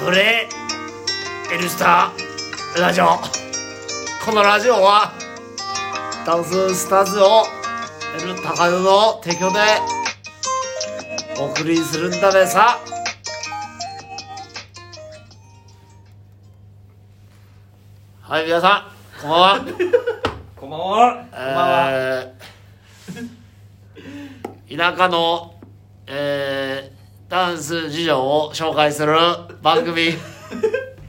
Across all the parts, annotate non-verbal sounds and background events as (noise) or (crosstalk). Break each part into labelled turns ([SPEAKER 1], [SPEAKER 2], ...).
[SPEAKER 1] フレ「N スタ」ラジオこのラジオはダンススタジオ N 高野の提供でお送りするんだべさはい皆さんこんばんは
[SPEAKER 2] こんばんは。こんばんは。
[SPEAKER 1] えー田舎の、えーダンス事情を紹介する番
[SPEAKER 2] (laughs)
[SPEAKER 1] 組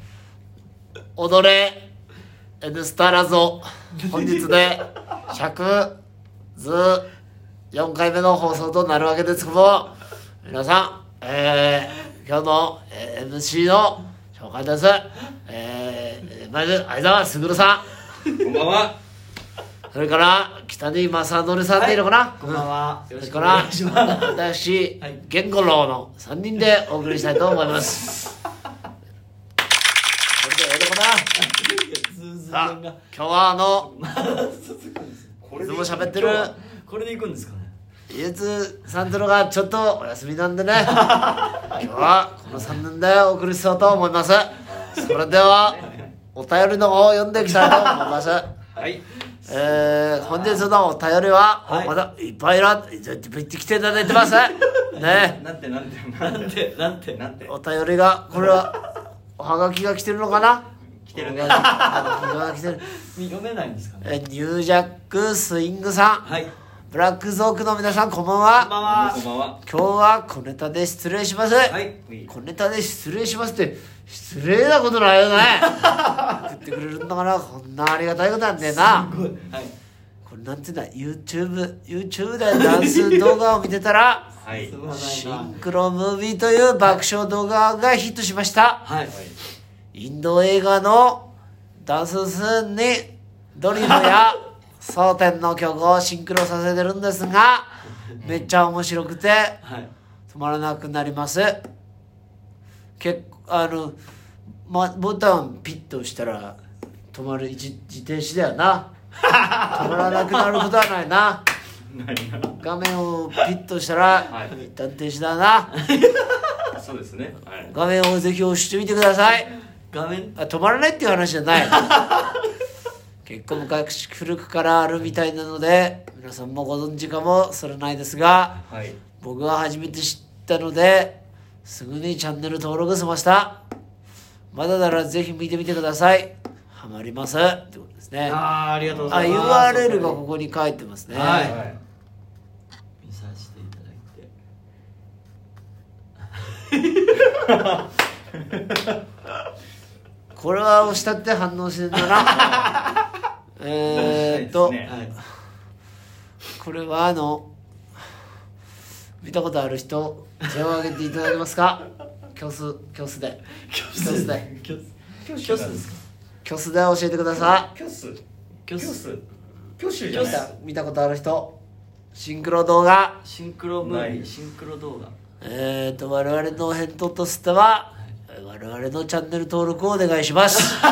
[SPEAKER 1] 「踊れ N スタラゾ」本日で100ず4回目の放送となるわけですけども皆さん、えー今日の、えー MC の紹介です、えー、まず相沢卓さん
[SPEAKER 2] こんばんは。
[SPEAKER 1] それから北に正則さんでいいのかな、
[SPEAKER 2] こんばんは。
[SPEAKER 1] そ
[SPEAKER 2] よ
[SPEAKER 1] れ
[SPEAKER 2] ろし
[SPEAKER 1] か
[SPEAKER 2] くお
[SPEAKER 1] ら
[SPEAKER 2] 願いします。
[SPEAKER 1] 私
[SPEAKER 2] はい
[SPEAKER 1] 言語郎の3人でお送りしたいと思いますそれではええのか
[SPEAKER 2] ズズ
[SPEAKER 1] なさあ今日はあの
[SPEAKER 2] 続くんです。こ
[SPEAKER 1] いつも喋ってる
[SPEAKER 2] これで行くんですかね。
[SPEAKER 1] ゆずさんとのがちょっとお休みなん
[SPEAKER 2] (laughs)
[SPEAKER 1] でね今日はこの3人でお送りしようと思いますそれではお便りの方を読んでいきたいと思います
[SPEAKER 2] はい。
[SPEAKER 1] えー、本日のお便りは、
[SPEAKER 2] はい
[SPEAKER 1] まだいっぱいいらんいっぱい来ていただいてますね
[SPEAKER 2] なんてなんてなんてなんてなんて。
[SPEAKER 1] お便りがこれはおはがきが来てるのかな
[SPEAKER 2] 来てるね
[SPEAKER 1] おはがきおはがきが来てる
[SPEAKER 2] 読めないんですかね。
[SPEAKER 1] えニュージャックスイングさん、
[SPEAKER 2] はい。こん
[SPEAKER 1] ブラックゾークの皆さんこんばんは
[SPEAKER 2] ばんは。こんばんは。
[SPEAKER 1] 今日は小ネタで失礼します、
[SPEAKER 2] はい。
[SPEAKER 1] 小ネタで失礼しますって失礼なこと
[SPEAKER 2] (laughs)
[SPEAKER 1] ないよね送ってくれるんだからこんなありがたいことなんだよな
[SPEAKER 2] すごい。はい。
[SPEAKER 1] これなんていうんだ YouTubeYouTube でダンス動画を見てた
[SPEAKER 2] (laughs)
[SPEAKER 1] ら
[SPEAKER 2] はい。
[SPEAKER 1] シンクロムービーという爆笑動画がヒットしました
[SPEAKER 2] はい。
[SPEAKER 1] インド映画のダンススーンにドリフ
[SPEAKER 2] (laughs)
[SPEAKER 1] や争点の曲をシンクロさせてるんですがめっちゃ面白くて
[SPEAKER 2] はい。
[SPEAKER 1] 止まらなくなります結構あの、ま、ボタンピッと押したら止まる一自転車だよな止まらなくなることはないな
[SPEAKER 2] 何が。
[SPEAKER 1] 画面をピッとしたら
[SPEAKER 2] はい
[SPEAKER 1] 一旦停止だな
[SPEAKER 2] そうですね。はい。
[SPEAKER 1] 画面をぜひ押してみてください
[SPEAKER 2] 画面。
[SPEAKER 1] あ止まらないっていう話じゃ
[SPEAKER 2] (laughs)
[SPEAKER 1] ない結構昔古くからあるみたいなので皆さんもご存知かもしれないですが
[SPEAKER 2] はい。
[SPEAKER 1] 僕は初めて知ったのですぐにチャンネル登録しましたまだならぜひ見てみてくださいハマりますってことですねあ
[SPEAKER 2] ああ、ありがとうございます。
[SPEAKER 1] URL がここに書いてますね、
[SPEAKER 2] はい見させていただいて。
[SPEAKER 1] これは押したって反応してんだ
[SPEAKER 2] (laughs)
[SPEAKER 1] なえーっと、
[SPEAKER 2] はい。
[SPEAKER 1] これはあの見たことある人手を挙げていただけますか教室教室で
[SPEAKER 2] 教
[SPEAKER 1] 室で
[SPEAKER 2] 教室教室ですか
[SPEAKER 1] 教室で教えてくださ
[SPEAKER 3] キョス
[SPEAKER 2] キョス
[SPEAKER 3] キョス
[SPEAKER 1] い
[SPEAKER 3] じゃ
[SPEAKER 1] 見
[SPEAKER 3] ない
[SPEAKER 1] た見たことある人シンクロ動画
[SPEAKER 2] シンクロムービ
[SPEAKER 3] な
[SPEAKER 2] ー
[SPEAKER 3] い
[SPEAKER 2] シンクロ動画
[SPEAKER 1] えー、と我々の返答としては我々のチャンネル登録をお願いしますま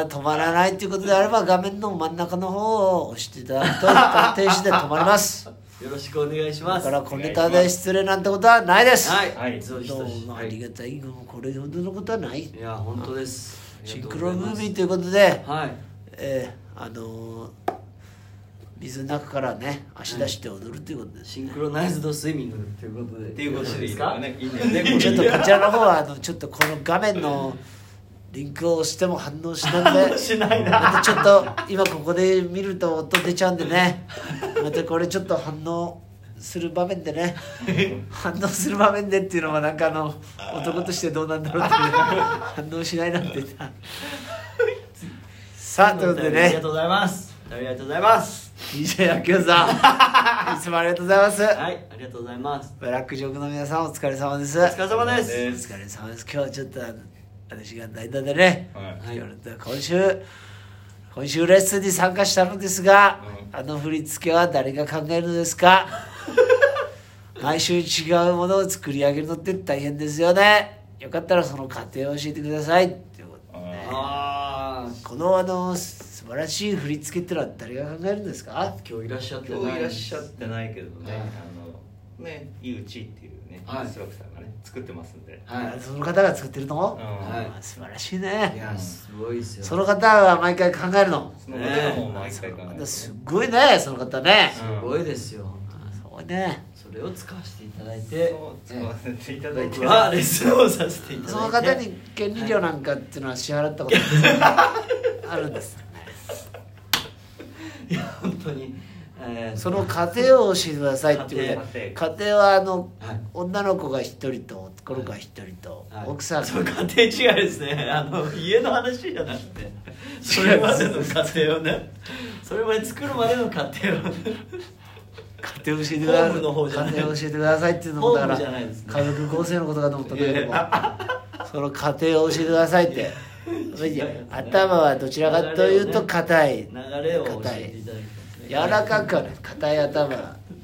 [SPEAKER 1] あ止まらないということであれば画面の真ん中の方を押していただくと一旦停止で止まります
[SPEAKER 2] よろしくお願いしま
[SPEAKER 1] だ
[SPEAKER 2] す
[SPEAKER 1] から小ネタで失礼なんてことはないです。
[SPEAKER 2] はい、は、
[SPEAKER 3] はいい
[SPEAKER 2] ぞひ
[SPEAKER 1] ど
[SPEAKER 2] と
[SPEAKER 1] う
[SPEAKER 2] し
[SPEAKER 1] も
[SPEAKER 2] は
[SPEAKER 1] あ
[SPEAKER 2] い
[SPEAKER 1] りがたい。もうこれほどのことはない。
[SPEAKER 2] いや本当です
[SPEAKER 1] シンクロムービー
[SPEAKER 2] ー
[SPEAKER 1] ということで、
[SPEAKER 2] はい
[SPEAKER 1] えーあのー水の中からね足出して踊るということです。
[SPEAKER 2] シンクロナイズドスイミングということで
[SPEAKER 3] っていうことでいい
[SPEAKER 2] す
[SPEAKER 3] の
[SPEAKER 2] か
[SPEAKER 3] かねいいんだよねこれ
[SPEAKER 1] ちょっとこちらの方はあのちょっとこの画面のリンクを押しても反応しないんで。
[SPEAKER 2] しない
[SPEAKER 1] ま
[SPEAKER 2] な
[SPEAKER 1] たちょっと今ここで見ると音出ちゃうんで (laughs) ねまたこれちょっと反応する場面でね反応する場面でっていうのはなんかあの男としてどうなんだろう (laughs) っていう反応しないなんてなさあということで
[SPEAKER 2] ありが
[SPEAKER 1] ね
[SPEAKER 2] とうございますありがとうございます
[SPEAKER 1] 以上野球さんいつもありがとうございます
[SPEAKER 2] はいありがとうございます
[SPEAKER 1] ブラックジョークの皆さんお疲れ様です
[SPEAKER 2] お疲れ様です
[SPEAKER 1] お疲れ様です今日はちょっとあの私が代打でね、
[SPEAKER 3] はい
[SPEAKER 2] はい
[SPEAKER 1] 夜と今週今週レッスンに参加したのですが、
[SPEAKER 3] う
[SPEAKER 1] あの振り付けは誰が考えるのですか
[SPEAKER 2] (laughs)
[SPEAKER 1] 毎週違うものを作り上げるのって大変ですよねよかったらその過程を教えてくださいっていうことでね
[SPEAKER 2] ああ
[SPEAKER 1] このあの素晴らしい振り付けってのは誰が考えるんですか
[SPEAKER 2] 今日いらっしゃって
[SPEAKER 3] 今日いらっしゃってないけどねあのね井内っていうね、
[SPEAKER 2] はい
[SPEAKER 3] インストラクターがね作ってますんで、
[SPEAKER 2] はい
[SPEAKER 1] その方が作ってるの、
[SPEAKER 3] うん
[SPEAKER 2] はい
[SPEAKER 1] あ素晴らしい
[SPEAKER 2] い
[SPEAKER 1] ね
[SPEAKER 2] やすごいですよ
[SPEAKER 1] その方は毎回考えるの
[SPEAKER 3] そのことがもう毎回考えて、ね、
[SPEAKER 1] すごいねその方ね
[SPEAKER 2] すごいですよ本当に
[SPEAKER 1] すごいね
[SPEAKER 2] それを使わせていただいて
[SPEAKER 3] そう使わ
[SPEAKER 2] え
[SPEAKER 3] せていただい
[SPEAKER 2] え
[SPEAKER 3] て
[SPEAKER 2] 僕はレ
[SPEAKER 3] (laughs)
[SPEAKER 2] ッスンをさせていただいて
[SPEAKER 1] その方に権利料なんかっていうのは支払ったこと
[SPEAKER 2] (laughs)
[SPEAKER 1] あるんですよね
[SPEAKER 2] いや本当にえー
[SPEAKER 1] その家庭を教えてくださいっていうこと
[SPEAKER 3] 家
[SPEAKER 1] で
[SPEAKER 3] 庭
[SPEAKER 1] 家庭はあの、
[SPEAKER 2] はい
[SPEAKER 1] 女の子が一人と男の子が一人と、
[SPEAKER 2] はい
[SPEAKER 1] 奥さん
[SPEAKER 2] そう
[SPEAKER 1] が
[SPEAKER 2] 家庭違いですねあの家の話じゃなくてそれまでの家庭をねそれまで作るまでの家庭をね
[SPEAKER 1] 家庭を教えてくだ
[SPEAKER 2] ホームの方じゃ
[SPEAKER 1] さ
[SPEAKER 2] ない
[SPEAKER 1] い家庭を教えてくださいっていうのもだか
[SPEAKER 2] ホームじゃ
[SPEAKER 1] ら、
[SPEAKER 2] ないですね
[SPEAKER 1] 家族構成のことかと思ったんだけど
[SPEAKER 2] い
[SPEAKER 1] も
[SPEAKER 2] や (laughs)
[SPEAKER 1] その家庭を教えてくださいって
[SPEAKER 2] やいやいや
[SPEAKER 1] 頭はどちらかというと硬い
[SPEAKER 2] 流れを教
[SPEAKER 1] 硬
[SPEAKER 2] えてい
[SPEAKER 1] い
[SPEAKER 2] ただきますね
[SPEAKER 1] 柔らかくはない硬い頭で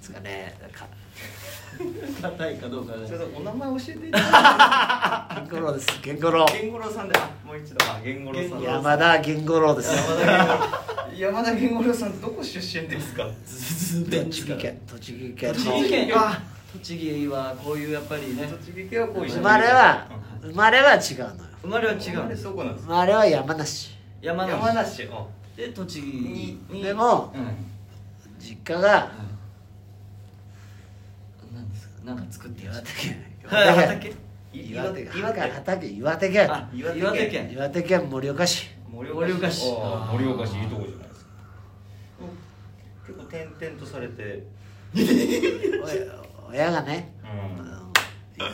[SPEAKER 1] すかねか
[SPEAKER 2] 硬いかどうかね
[SPEAKER 3] それでお名前教えていただ
[SPEAKER 1] 源五郎です源五郎
[SPEAKER 3] いて源五郎さんであもう一度あ源五郎さん
[SPEAKER 1] 山田源五郎です
[SPEAKER 3] 山田源五郎さんどこ出身ですか
[SPEAKER 2] ずずず
[SPEAKER 1] 栃木県栃木県の
[SPEAKER 2] 栃木県あ栃木はこういうやっぱりね
[SPEAKER 3] 栃木県はこう一
[SPEAKER 1] 生
[SPEAKER 3] 緒に
[SPEAKER 1] まれは
[SPEAKER 3] うん
[SPEAKER 1] 生まれは違うのよ
[SPEAKER 2] 生まれは違
[SPEAKER 3] 生
[SPEAKER 2] う
[SPEAKER 3] ま
[SPEAKER 2] ん
[SPEAKER 3] れ
[SPEAKER 2] です
[SPEAKER 3] そこなんです
[SPEAKER 1] 生まれは山梨
[SPEAKER 2] 山梨
[SPEAKER 3] 山梨うん
[SPEAKER 2] で栃木
[SPEAKER 3] にに
[SPEAKER 1] でも
[SPEAKER 3] うん
[SPEAKER 1] 実家が
[SPEAKER 2] 何ですかなんか作って
[SPEAKER 1] 岩手県
[SPEAKER 2] はい畑
[SPEAKER 3] い
[SPEAKER 1] 岩手
[SPEAKER 3] 岩
[SPEAKER 1] 岩
[SPEAKER 3] 手
[SPEAKER 1] 手畑岩手県
[SPEAKER 2] あ岩手県
[SPEAKER 3] 岩手県
[SPEAKER 1] 岩手県盛岡市
[SPEAKER 3] 盛岡市
[SPEAKER 2] 盛岡市
[SPEAKER 3] ああ
[SPEAKER 2] あー
[SPEAKER 3] 盛岡市いいとこじゃないですか結構転々とされて
[SPEAKER 1] お親がね
[SPEAKER 3] うん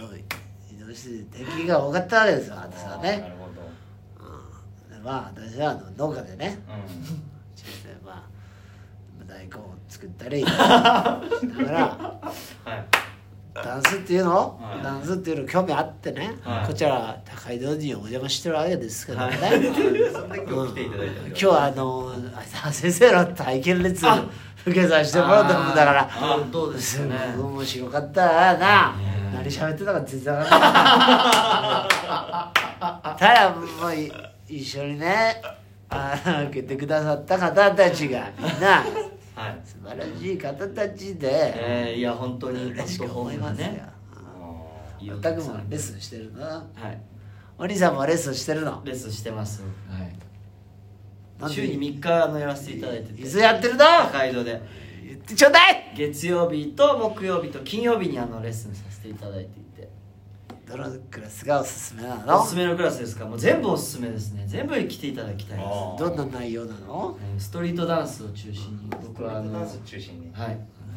[SPEAKER 1] 移動して転勤が多かったわけですよ私は
[SPEAKER 3] な
[SPEAKER 1] ね、
[SPEAKER 3] るほ (laughs) ど
[SPEAKER 1] うん、でまあ私はあの農家でね
[SPEAKER 3] う
[SPEAKER 1] 小さいまあ大根を作ったりだから
[SPEAKER 3] んはい
[SPEAKER 1] ダンスっていうの、
[SPEAKER 3] はい
[SPEAKER 1] ダンスっていうの興味あってね、
[SPEAKER 3] はい
[SPEAKER 1] こちら高井戸にお邪魔してるわけですけどね、
[SPEAKER 3] (laughs) そんで今日来ていただいたん
[SPEAKER 1] うん
[SPEAKER 3] で
[SPEAKER 1] 今日はあの先生の体験レッスン受けさせてもらったもんだから
[SPEAKER 2] あーそうですよね
[SPEAKER 1] ごく面白かったな
[SPEAKER 2] ね
[SPEAKER 1] 何喋ってたか全然わかん
[SPEAKER 2] (laughs)
[SPEAKER 1] ないただもうい一緒にねあー受けてくださった方たちがみんな
[SPEAKER 3] はい
[SPEAKER 1] 素晴らしい方たちで
[SPEAKER 2] えーいや本当に
[SPEAKER 1] 嬉しく思いますようん全
[SPEAKER 2] お客
[SPEAKER 1] く
[SPEAKER 2] さ
[SPEAKER 1] も
[SPEAKER 2] ん
[SPEAKER 1] レッスンしてるな
[SPEAKER 2] はい
[SPEAKER 1] お兄さんもレッスンしてるの
[SPEAKER 2] レッスンしてます
[SPEAKER 1] な
[SPEAKER 2] は
[SPEAKER 1] ん
[SPEAKER 2] い
[SPEAKER 1] で
[SPEAKER 2] 週に3日あのやらせていただいてて
[SPEAKER 1] いつやってるの
[SPEAKER 2] 高井戸で
[SPEAKER 1] 言ってちょうだい
[SPEAKER 2] 月曜日と木曜日と金曜日にあのレッスンさせていただいていて
[SPEAKER 1] どのクラスがおすすめなの
[SPEAKER 2] おすすめのクラスですかもう全部おすすめですね全部に来ていただきたいです
[SPEAKER 3] あ
[SPEAKER 1] どんな内容なの
[SPEAKER 2] えーストリートダンスを中心に僕
[SPEAKER 3] 僕
[SPEAKER 2] は
[SPEAKER 3] は
[SPEAKER 2] あの
[SPEAKER 3] ダ
[SPEAKER 2] は
[SPEAKER 3] ンス中心 (laughs) に
[SPEAKER 2] い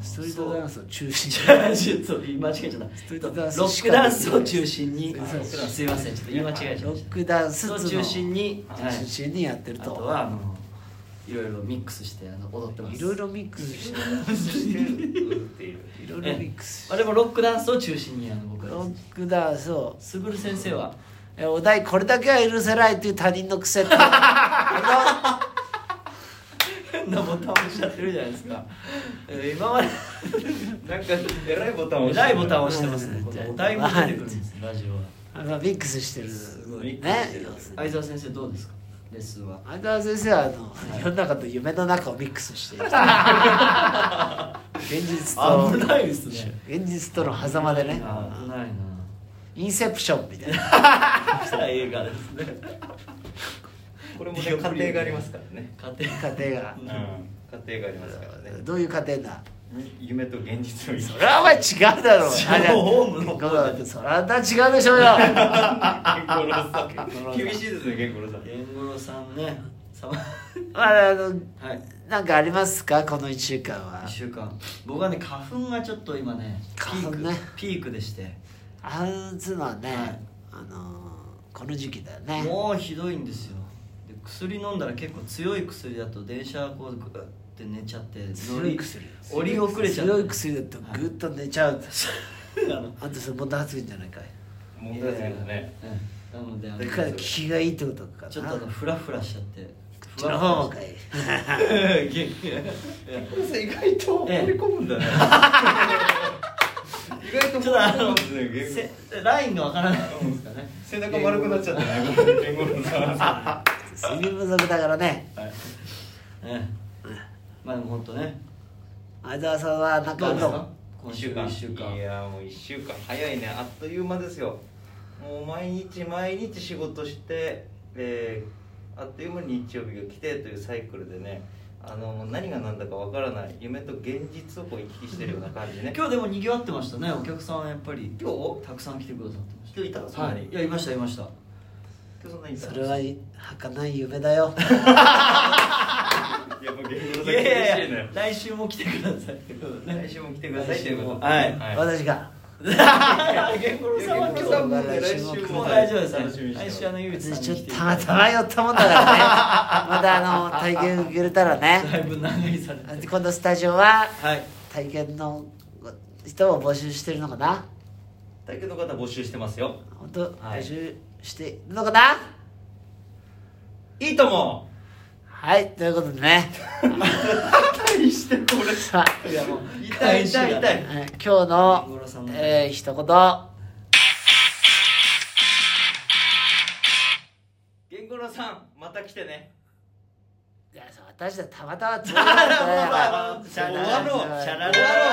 [SPEAKER 1] ストリートダン
[SPEAKER 2] ス
[SPEAKER 1] スを中心
[SPEAKER 2] (laughs) ちょっと言い間違えちゃったロ
[SPEAKER 1] トリートダンス
[SPEAKER 2] ックダンスを中心に
[SPEAKER 1] そうそう
[SPEAKER 2] すいませんちょっと言い間違えちゃ
[SPEAKER 1] ロ
[SPEAKER 2] いまし
[SPEAKER 1] ックダンス
[SPEAKER 2] た
[SPEAKER 1] っ
[SPEAKER 2] を
[SPEAKER 1] つうの
[SPEAKER 2] 中心に、は
[SPEAKER 1] 中
[SPEAKER 2] い、
[SPEAKER 1] 心にやってる
[SPEAKER 2] あ
[SPEAKER 1] と
[SPEAKER 2] とはあのいろいろミックスしてあの踊ってます
[SPEAKER 1] いろいろミックスして
[SPEAKER 3] してるっていう
[SPEAKER 1] いろいろミックス
[SPEAKER 2] あれもロックダンスを中心にあの僕
[SPEAKER 1] ロ
[SPEAKER 2] は
[SPEAKER 1] ックダンスを
[SPEAKER 2] すぐる先生は
[SPEAKER 1] えお題これだけは許せないっていう他人の癖ってあ
[SPEAKER 2] 変なボタンを押しちゃってるじゃないです (laughs) か、えー今まで
[SPEAKER 3] なんかえらいボタンを
[SPEAKER 2] え
[SPEAKER 3] 押し
[SPEAKER 2] ら
[SPEAKER 3] て
[SPEAKER 2] い
[SPEAKER 3] る
[SPEAKER 2] ボタンを押してますねこのお題も出てくるんですラジオは
[SPEAKER 1] のまあミックスしてる
[SPEAKER 3] ごい
[SPEAKER 1] ね
[SPEAKER 3] ミックスして
[SPEAKER 2] 相沢先生どうですかレッスンは
[SPEAKER 1] 相沢先生はあの、世の中と夢の中をミックス
[SPEAKER 2] (laughs)
[SPEAKER 1] している現実と
[SPEAKER 2] 危ないですね
[SPEAKER 1] 現実との狭間でね
[SPEAKER 2] 危ない
[SPEAKER 1] インセプションみたいな
[SPEAKER 2] な映画ですね
[SPEAKER 3] これもね家庭がありますからね
[SPEAKER 2] 家庭
[SPEAKER 1] 家庭が
[SPEAKER 3] うん家庭がありますからね
[SPEAKER 1] どういう家庭だ
[SPEAKER 3] 夢と現実の
[SPEAKER 1] それはお前違うだ
[SPEAKER 2] (laughs)
[SPEAKER 1] ろう
[SPEAKER 2] それはホームの
[SPEAKER 1] あれそれはあんた違うでし
[SPEAKER 2] (laughs)
[SPEAKER 1] ょうよ
[SPEAKER 3] 源五郎さん厳しいですね源五郎さん
[SPEAKER 2] 源五郎さんねさ (laughs) ま
[SPEAKER 1] まああの
[SPEAKER 2] はい
[SPEAKER 1] なんかありますかこの1週間は
[SPEAKER 2] 1週間僕はね花粉がちょっと今ねピー
[SPEAKER 1] 花粉
[SPEAKER 2] ク
[SPEAKER 1] ね
[SPEAKER 2] ピークでして
[SPEAKER 1] あうつのはね、
[SPEAKER 2] はい
[SPEAKER 1] あのーこの時期だよね
[SPEAKER 2] もうひどいんですよで薬飲んだら結構強い薬だと電車こうグーって寝ちゃって
[SPEAKER 1] 強い薬
[SPEAKER 2] 乗り降り遅れちゃう
[SPEAKER 1] 強い薬だとぐっと寝ちゃう、
[SPEAKER 2] (laughs) あの
[SPEAKER 1] あんたそれ問題発言じゃないかい
[SPEAKER 3] 問題ですね
[SPEAKER 2] うんなのであの
[SPEAKER 1] だから気がいいってことかな
[SPEAKER 2] ちょっとあのフラフラしちゃって
[SPEAKER 1] こっちの方かい
[SPEAKER 2] (laughs)
[SPEAKER 3] 源五郎さん意外と放り込むんだね意外と
[SPEAKER 2] ち
[SPEAKER 3] 放り
[SPEAKER 2] ょっとあ
[SPEAKER 3] 込むん
[SPEAKER 2] の
[SPEAKER 3] ですね源五郎
[SPEAKER 2] せ
[SPEAKER 3] さん
[SPEAKER 2] ラインがわからないんですかね
[SPEAKER 3] 背中丸くなっちゃったね源五郎さ
[SPEAKER 1] 睡眠不足だからね
[SPEAKER 3] んはい
[SPEAKER 2] ええまあでも本当ね
[SPEAKER 1] 相沢さんはなんかあ
[SPEAKER 2] どう
[SPEAKER 1] る
[SPEAKER 2] ですか
[SPEAKER 1] の
[SPEAKER 2] 今
[SPEAKER 3] 一
[SPEAKER 2] 週
[SPEAKER 3] 週間
[SPEAKER 2] 一週間
[SPEAKER 3] いやもう1週間早いねあっという間ですよもう毎日毎日仕事して、えーあっという間に日曜日が来てというサイクルでねあのもう何が何だかわからない夢と現実をこう行き来してるような感じね
[SPEAKER 2] 今日でも賑わってましたねお客さんはやっぱり
[SPEAKER 3] 今日
[SPEAKER 2] たくさん来てくださってました
[SPEAKER 3] 今日いたそんなに
[SPEAKER 2] はい、いやいましたいました
[SPEAKER 3] 今日そんなにいた
[SPEAKER 1] それはい儚い夢だよ
[SPEAKER 3] やっぱ現実だ
[SPEAKER 2] い
[SPEAKER 3] け嬉しい
[SPEAKER 2] やいや
[SPEAKER 3] ね
[SPEAKER 2] いや来週も来てくださいってことでね
[SPEAKER 3] 来週も来てくださいということで
[SPEAKER 2] はい
[SPEAKER 3] はい
[SPEAKER 1] 私が
[SPEAKER 2] ゲンゴロウさんは今日
[SPEAKER 1] ゲンゴロウさん
[SPEAKER 2] も
[SPEAKER 1] も来週も
[SPEAKER 2] う
[SPEAKER 1] 来
[SPEAKER 2] 大丈夫です、
[SPEAKER 3] 楽しみにして
[SPEAKER 2] 来週あのゆうちさんに
[SPEAKER 1] ちょっ
[SPEAKER 2] 来て
[SPEAKER 1] とた
[SPEAKER 2] いた
[SPEAKER 1] ま
[SPEAKER 2] だいて
[SPEAKER 1] たま寄ったもんだからねまたあの体験受けれたら
[SPEAKER 2] だ (laughs) い
[SPEAKER 1] ね
[SPEAKER 2] ぶ長いされて
[SPEAKER 1] 今度スタジオは
[SPEAKER 2] はい
[SPEAKER 1] 体験の人を募集してるのかな
[SPEAKER 3] 体験の方募集してますよ
[SPEAKER 1] 本当
[SPEAKER 3] はい
[SPEAKER 1] 募集しているのかな、
[SPEAKER 3] いいとも
[SPEAKER 1] はい、ということでね。
[SPEAKER 3] 何してこれ
[SPEAKER 1] さあ、
[SPEAKER 2] いやもう
[SPEAKER 3] 痛い痛い痛い
[SPEAKER 1] えー今日の
[SPEAKER 2] 五郎さん、の
[SPEAKER 1] えー、一言。
[SPEAKER 3] 言語のさんまた来てね
[SPEAKER 1] いや、私はたまたま通りだったよ
[SPEAKER 3] (laughs) 終わろう
[SPEAKER 1] そうだね
[SPEAKER 3] シャララ
[SPEAKER 1] 終わろう